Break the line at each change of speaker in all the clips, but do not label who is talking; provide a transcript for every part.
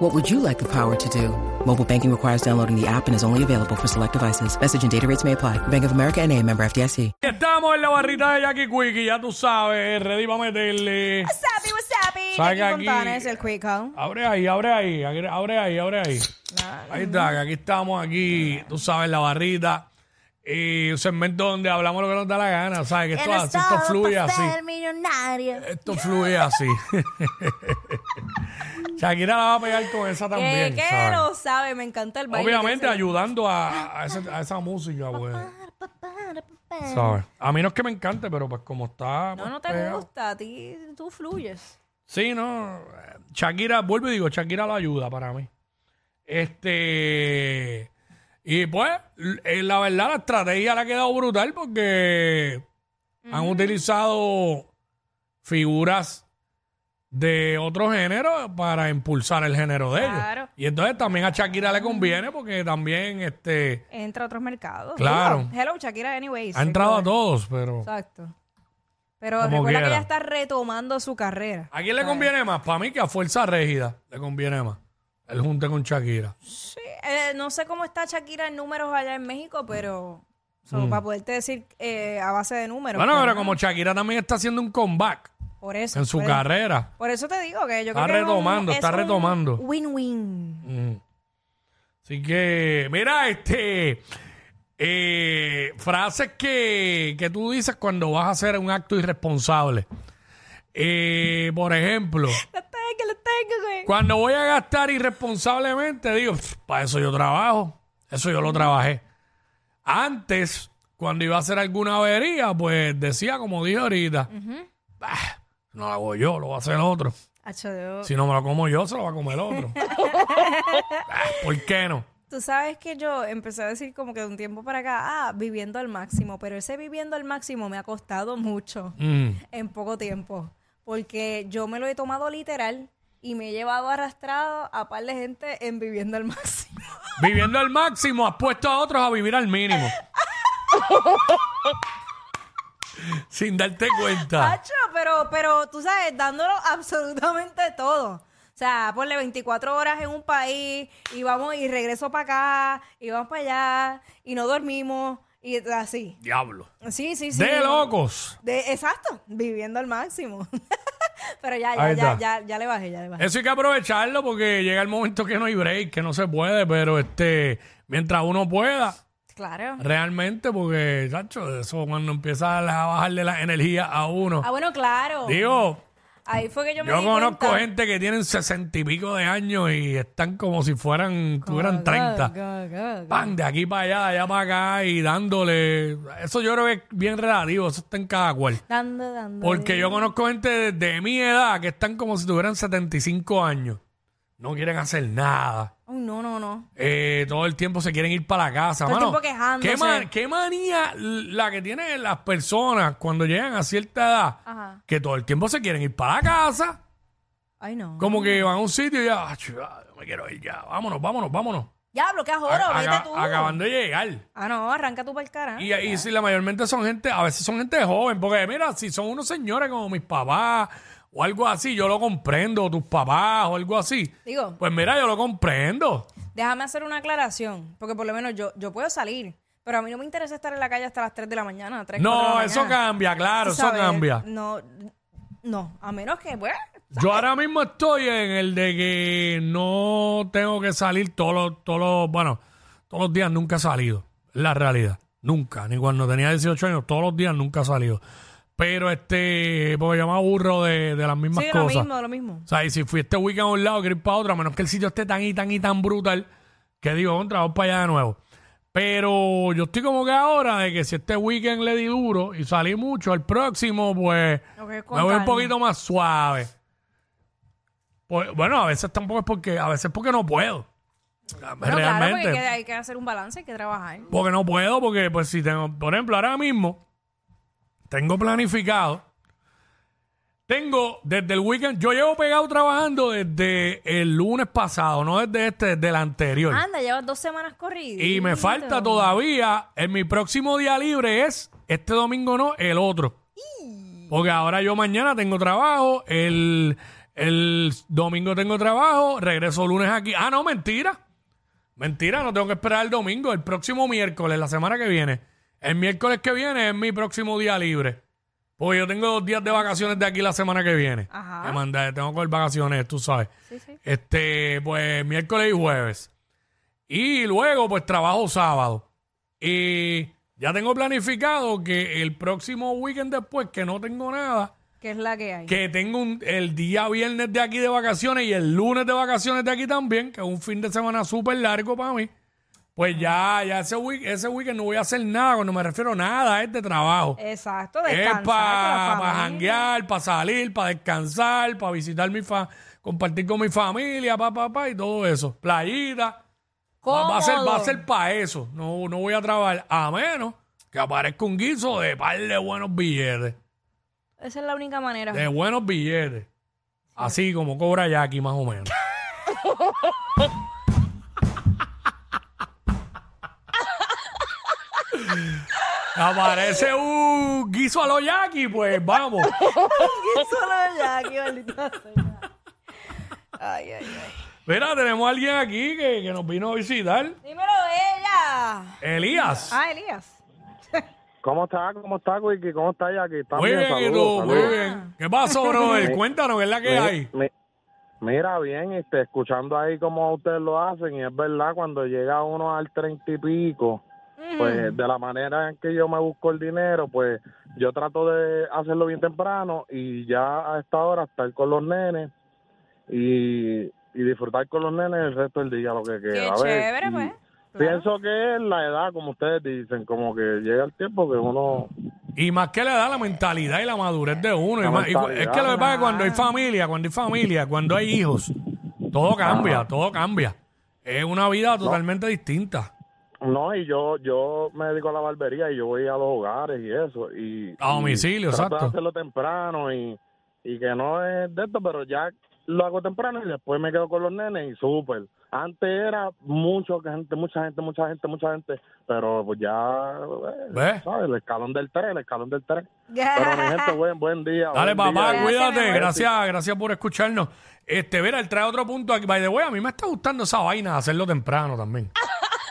What would you like the power to do? Mobile banking requires downloading the app and is only available for select devices. Message and data rates may apply. Bank of America and a member FDIC.
Estamos en la barrita de Jackie Quickie, ya tú sabes, ready para meterle.
What's happy, what's happy?
Saca
Jackie
aquí. Ah,
Fontanes, el Quick Count.
Abre ahí, abre ahí, abre abre ahí, abre ahí. Ahí está, que aquí estamos, aquí, tú sabes, la barrita. Y un segmento donde hablamos lo que nos da la gana, ¿sabes? Que esto,
En
así, esto
estado
fluye
pa'
así. Eh,
ser millonario.
Esto fluye así. Shakira la va a pegar con esa
Que
también.
Eh, que
¿sabes?
lo sabe, me encanta el baile.
Obviamente
ayuda.
ayudando a, a ese- a esa música, pues. ¿Sabes? A mí no es que me encante, pero pues como está.
No,
pues,
no te
pegado.
gusta, a ti tú fluyes.
Sí, no. eh, Shakira, vuelvo y digo, Shakira lo ayuda para mí. Este. Y pues, l- eh, la verdad, la estrategia le ha quedado brutal porque han utilizado figuras de otro género para impulsar el género de
Claro.
ellos. Y entonces también a Shakira le conviene porque también este
Entra a otros mercados.
Claro.
Digo, hello, Shakira, anyways.
ha entrado a todos, pero
Exacto. Pero
Como
recuerda que
quiera.
ella está retomando su carrera.
¿a quién le conviene más? Para mí que a Fuerza Régida le conviene más el junte con Shakira.
Sí, eh, no sé cómo está Shakira en números allá en México, pero solo para poderte decir eh, a base de números.
Mm. Bueno,
pero
pero
no,
como Shakira también está haciendo un comeback
por eso,
en su
por eso.
carrera.
Por eso te digo que yo
Está
creo que es un-
retomando,
es
está
un
retomando.
Win-win.
Mm. Así que, mira, este. eh, frases que, que tú dices cuando vas a hacer un acto irresponsable. Eh, por ejemplo,
Lo tengo, lo tengo, güey.
cuando voy a gastar irresponsablemente, digo, para eso yo trabajo. Eso yo lo trabajé. Antes, cuando iba a hacer alguna avería, pues decía, como dije ahorita, "Bah, no lo hago yo, lo va a hacer otro.
Acho, yo-
Si no me lo como yo, se lo va a comer otro. Ah, ¿Por qué no?
Tú sabes que yo empecé a decir como que de un tiempo para acá, ah, viviendo al máximo, pero ese viviendo al máximo me ha costado mucho
Mm.
en poco tiempo, porque yo me lo he tomado literal y me he llevado arrastrado a par de gente en viviendo al máximo.
Viviendo al máximo, has puesto a otros a vivir al mínimo. Sin darte cuenta.
Acho, pero, pero tú sabes, dándolo absolutamente todo. O sea, ponle 24 horas en un país y vamos y regreso para acá y vamos para allá y no dormimos y así.
Diablo.
Sí, sí, sí.
De locos.
De- exacto, viviendo al máximo. pero ya,
Ahí
ya, ya,
está.
ya, ya le bajé, ya le bajé.
Eso hay que aprovecharlo porque llega el momento que no hay break, que no se puede, pero este, mientras uno pueda,
Claro.
realmente, porque, chacho, eso cuando empieza a la- a bajarle la energía a uno.
Ah, bueno, claro.
Digo,
Ahí fue que yo me
Yo
di
conozco
cuenta.
gente que tienen sesenta y pico de años y están como si
Oh,
fueran, tuvieran
Go,
30.
go, go, go.
Pan, de aquí para allá, de allá para acá y dándole. Eso yo creo que es bien relativo, eso está en cada cual.
Dando, dando.
Porque yo conozco gente de, de mi edad que están como si tuvieran 75 años. No quieren hacer nada.
Oh, no, no, no.
Eh, todo el tiempo se quieren ir para la casa.
Todo el
Mano,
tiempo quejándose.
¿qué, ma- qué manía la que tienen las personas cuando llegan a cierta edad?
Ajá.
Que todo el tiempo se quieren ir para la casa.
Ay, no.
Como que van a un sitio y ya, "Ah, chiva, yo me quiero ir ya, vámonos, vámonos, vámonos.
Diablo, qué ajoro,
Ac-
vete
aca-
tú.
Acabando de llegar.
Ah, no, arranca tú para el cara.
Y, y si la mayormente son gente, a veces son gente joven, porque mira, si son unos señores como mis papás o algo así, yo lo comprendo, o tus papás o algo así.
Digo, Pues
Pues mira, yo lo comprendo.
déjame hacer una aclaración, porque por lo menos yo, yo puedo salir, pero a mí no me interesa estar en la calle hasta las 3 de la mañana, 3, 4 de
No,
la
eso
mañana.
cambia, claro,
Tú
eso
sabes,
cambia.
No, no, a menos que, pues, bueno,
Yo ahora mismo estoy en el de que no tengo que salir todos los, todos los- bueno, todos los días nunca he salido, es la realidad. Nunca, ni cuando tenía 18 años, todos los días nunca he salido. Pero este, porque yo me aburro de, de las mismas
sí, lo
cosas.
mismo, lo mismo.
O sea, y si fui este weekend a un lado, quiero ir para otro, a menos que el sitio esté tan y tan y tan brutal, que digo, contra, vamos para allá de nuevo. Pero yo estoy como que ahora de que si este weekend le di duro y salí mucho, el próximo, pues,
Lo que es con
me voy un
calma.
poquito más suave. Pues, bueno, a veces tampoco es porque, a veces porque no puedo.
Bueno, claro,
Realmente.
porque hay que, hay que hacer un balance, hay que trabajar.
Porque no puedo, porque pues si tengo, por ejemplo, ahora mismo Tengo planificado. Tengo desde el weekend, yo llevo pegado trabajando desde el lunes pasado, no desde este, desde el anterior.
Anda, llevas dos semanas corridas.
Y me falta todavía, en mi próximo día libre es este domingo no, el otro. Porque ahora yo mañana tengo trabajo, el, el domingo tengo trabajo, regreso lunes aquí. Ah, no, mentira. Mentira, no tengo que esperar el domingo, el próximo miércoles, la semana que viene. El miércoles que viene es mi próximo día libre. Porque yo tengo dos días de vacaciones de aquí la semana que viene.
Ajá.
Me mandé, tengo que coger vacaciones, tú sabes.
Sí, sí.
Este, pues miércoles y jueves. Y luego, pues trabajo sábado. Y ya tengo planificado que el próximo weekend después, que no tengo nada,
Que es la que hay.
que tengo un- el día viernes de aquí de vacaciones y el lunes de vacaciones de aquí también, que es un fin de semana súper largo para mí. Pues ya, ya ese, week- ese weekend no voy a hacer nada, cuando me refiero a nada, es de trabajo.
Exacto,
Es
descansar.
para
con la familia.
janguear, para salir, para descansar, para visitar mi fa compartir con mi familia, pa, pa, pa, y todo eso. Playita. Va, va a ser, va a
Cómodo.
ser para eso. No, no voy a trabajar. A menos que aparezca un guiso de par de buenos billetes.
Esa es la única manera.
De buenos billetes. Así como cobra Jackie, más o menos. Aparece un guiso a los Jackie, pues vamos.
¿Qué solo ya aquí, maldita sea. Ay, ay, ay.
Mira, tenemos a alguien aquí que, que nos vino a visitar.
Dímelo ella.
Elías.
Ah, Elías.
¿Cómo está? ¿Cómo está, Wiki? ¿Cómo está, Jackie? ¿Está
muy bien, y tú,
saludos,
muy
saludos.
bien. ¿Qué pasó, brother? Cuéntanos, ¿qué es la que hay?
Mi- mi- mira, bien, este, escuchando ahí cómo ustedes lo hacen, y es verdad, cuando llega uno al treinta y pico, pues de la manera en que yo me busco el dinero, pues yo trato de hacerlo bien temprano y ya a esta hora estar con los nenes y, y disfrutar con los nenes el resto del día, lo que
Qué
queda. A ver,
chévere,
y
pues.
Pienso que es la edad, como ustedes dicen, como que llega el tiempo que uno
Y más que le da la mentalidad y la madurez de uno.
La
y más- y cu- es
mentalidad.
que lo que pasa es que cuando hay familia, cuando hay familia, cuando hay hijos, todo cambia, todo cambia. Es una vida totalmente distinta.
No, y yo, yo me dedico a la barbería y yo voy a los hogares y eso. Y,
A domicilio,
y trato
exacto.
de hacerlo temprano y, y que no es de esto, pero ya lo hago temprano y después me quedo con los nenes y súper. Antes era mucho que gente, mucha gente, mucha gente, mucha gente, pero pues ya, eh,
¿Ves?
¿sabes? El escalón del tren, el escalón del tren. Pero mi gente, buen, buen día.
Dale,
buen
papá,
día.
mi
cuídate.
amor.
Gracias, gracias por escucharnos. Este, mira, él trae otro punto aquí. By the way, a mí me está gustando esa vaina de hacerlo temprano también.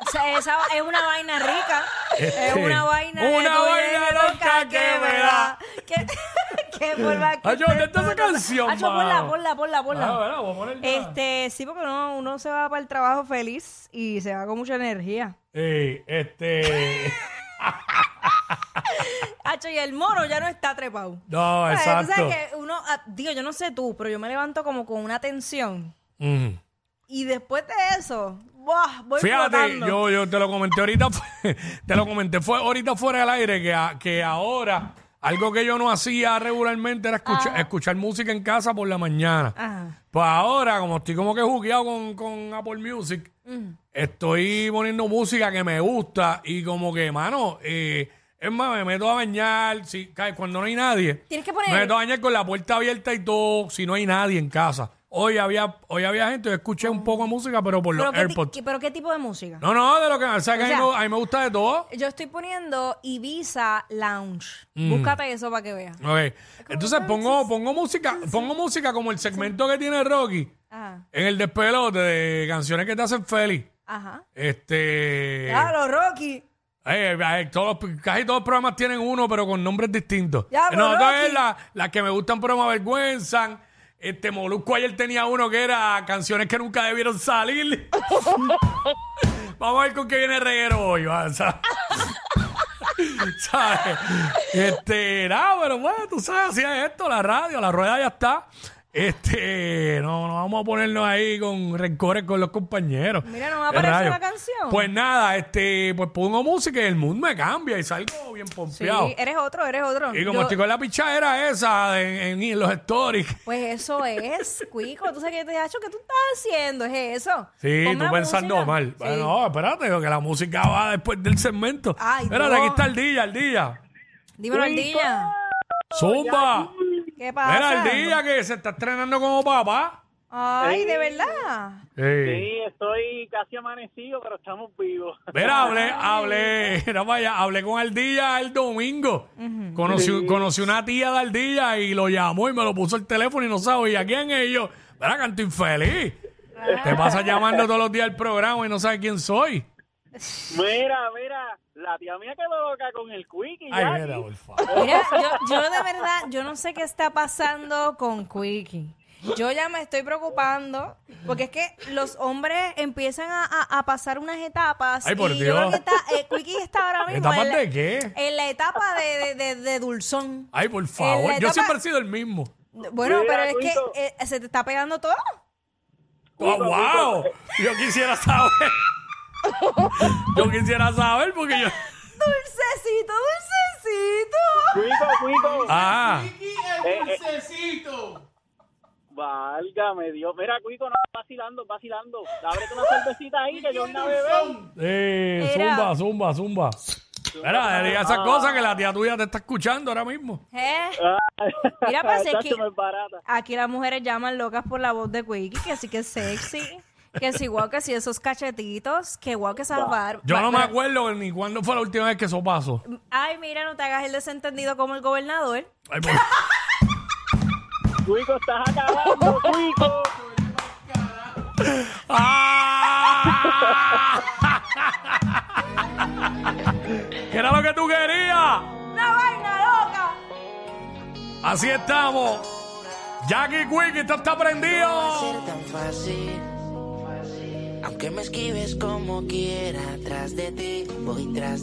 O sea, esa va- es una vaina rica. Es
Este,
una vaina de
una
tu
vaina
vida
loca que me da.
Que, que vuelva
Ay, yo, ¿dónde está esa canción,
Acho,
mano?
ponla, ponla, ponla, ponla.
Ah, bueno, vamos a poner ya.
Este, sí, porque uno, uno se va para el trabajo feliz y se va con mucha energía.
Ey, eh, este.
Hacho, y el mono ya no está trepado.
No,
¿Sabes? Tú
exacto.
sabes que uno, ah, digo, yo no sé tú, pero yo me levanto como con una tensión.
Ujú.
Y después de eso, ¡buah! voy
Fíjate,
flotando.
yo, yo te lo comenté ahorita, fue- te lo comenté fue ahorita fuera del aire que, a- que ahora algo que yo no hacía regularmente era escuchar,
Ah.
escuchar música en casa por la mañana.
Ajá.
Pues ahora, como estoy como que jugueado con, con Apple Music, estoy poniendo música que me gusta y como que, mano, eh, es más, me meto a bañar, si, cae, cuando no hay nadie.
Tienes que poner-
Me meto a bañar con la puerta abierta y todo, si no hay nadie en casa. Hoy había, hoy había gente, yo escuché un poco de música, pero por los
Oh. ¿Pero, qué ti-
AirPods.
qué- pero qué tipo de música?
No, no, de lo que, o sea, que
O
a, mí me,
sea-
a mí me gusta de todo.
Yo estoy poniendo Ibiza Lounge.
Mm.
Búscate eso para que veas.
Ok. Entonces pongo, pongo música, pongo música como el segmento que tiene Rocky
Ajá.
en el despelote de canciones que te hacen feliz.
Ajá.
Este.
Claro, Rocky.
eh, eh, todos los- casi todos los programas tienen uno, pero con nombres distintos.
Ya,
Eh, no,
pero
todas
Rocky.
las las que me gustan, pero me avergüenzan. Este Molusco ayer tenía uno que era canciones que nunca debieron salir. Vamos a ver con qué viene el reguero hoy, va, ¿sabes? ¿Sabes? Este, nada, pero bueno, tú sabes, así es esto, la radio, la rueda ya está. Este, no, no vamos a ponernos ahí con rencores con los compañeros.
Mira, no va
Eh,
a aparecer
rayos.
la canción.
Pues nada, este, pues pongo música y el mundo me cambia y salgo bien
Sí,
pompeado.
eres otro, eres otro.
y como
Yo-
estoy con la pichadera esa en, en- en los stories.
Pues eso es, Cuico. Tú sabes que yo te dije, "Acho, ¿qué tú estás haciendo? Es eso.
Sí,
Ponme
tú
la
pensando
música.
mal.
Sí.
Bueno, no, espérate, que la música va después del segmento.
Ay,
espérate,
Dios.
aquí está el día, el día.
Dímelo, Ardilla.
¡Zumba!
¿Qué
Mira,
pasa?
el día que se está estrenando como papá.
Ay, de verdad.
Sí.
Sí, estoy casi amanecido, pero estamos vivos.
Mira, hablé, hablé, mira para allá, hablé con Ardilla el domingo. conocí, conocí una tía de Ardilla y lo llamó y me lo puso el teléfono y no sabía quién es. Y yo, mira, canto infeliz.
Ah.
Te pasas llamando todos los días al programa y no sabes quién soy.
Mira, mira, la tía mía quedó loca con el Quickie.
Ay,
Jackie.
mira, por favor.
Mira, yo, yo de verdad, yo no sé qué está pasando con Quickie. Yo ya me estoy preocupando porque es que los hombres empiezan a, a- a pasar unas etapas.
Ay, por
y
Dios.
Yo creo que está, eh, Quickie está ahora mismo
¿Etapas
en la,
de qué?
en la etapa de, de- de- de dulzón.
Ay, por favor.
En la
Yo
etapa-
siempre he sido el mismo.
Bueno,
Mira,
pero es que
Cuito.
eh, se te está pegando todo.
Oh, ¡Wow! Yo quisiera saber. Yo quisiera saber porque yo.
Dulcecito, dulcecito.
Cuico, Cuico.
Ah,
Eh, eh. Válgame Dios. Mira, Cuico, no, vacilando, vacilando. Ábrete una cervecita ahí que yo una bebé.
eh,
Mira.
zumba, zumba, zumba. Mira, diga esas cosas que la tía tuya te está escuchando ahora mismo.
Eh, Mira, pero si es que-
Chacho, no es barata.
Aquí las mujeres llaman locas por la voz de Quickie, que sí que es sexy. Que sí, guau, que sí, esos cachetitos, que guau, que salvar.
Yo
Va-
no me
pero-
acuerdo ni cuándo fue la última vez que eso pasó.
Ay, mira, no te hagas el desentendido como el gobernador.
Ay, por-
Cuico, estás acabando, Cuico.
¡Ah! ¿Qué era lo que tú querías?
¡Una vaina loca!
Así estamos. Jackie Quick, esto está prendido.
ser tan fácil. Aunque me esquives como quiera, tras de ti, voy tras de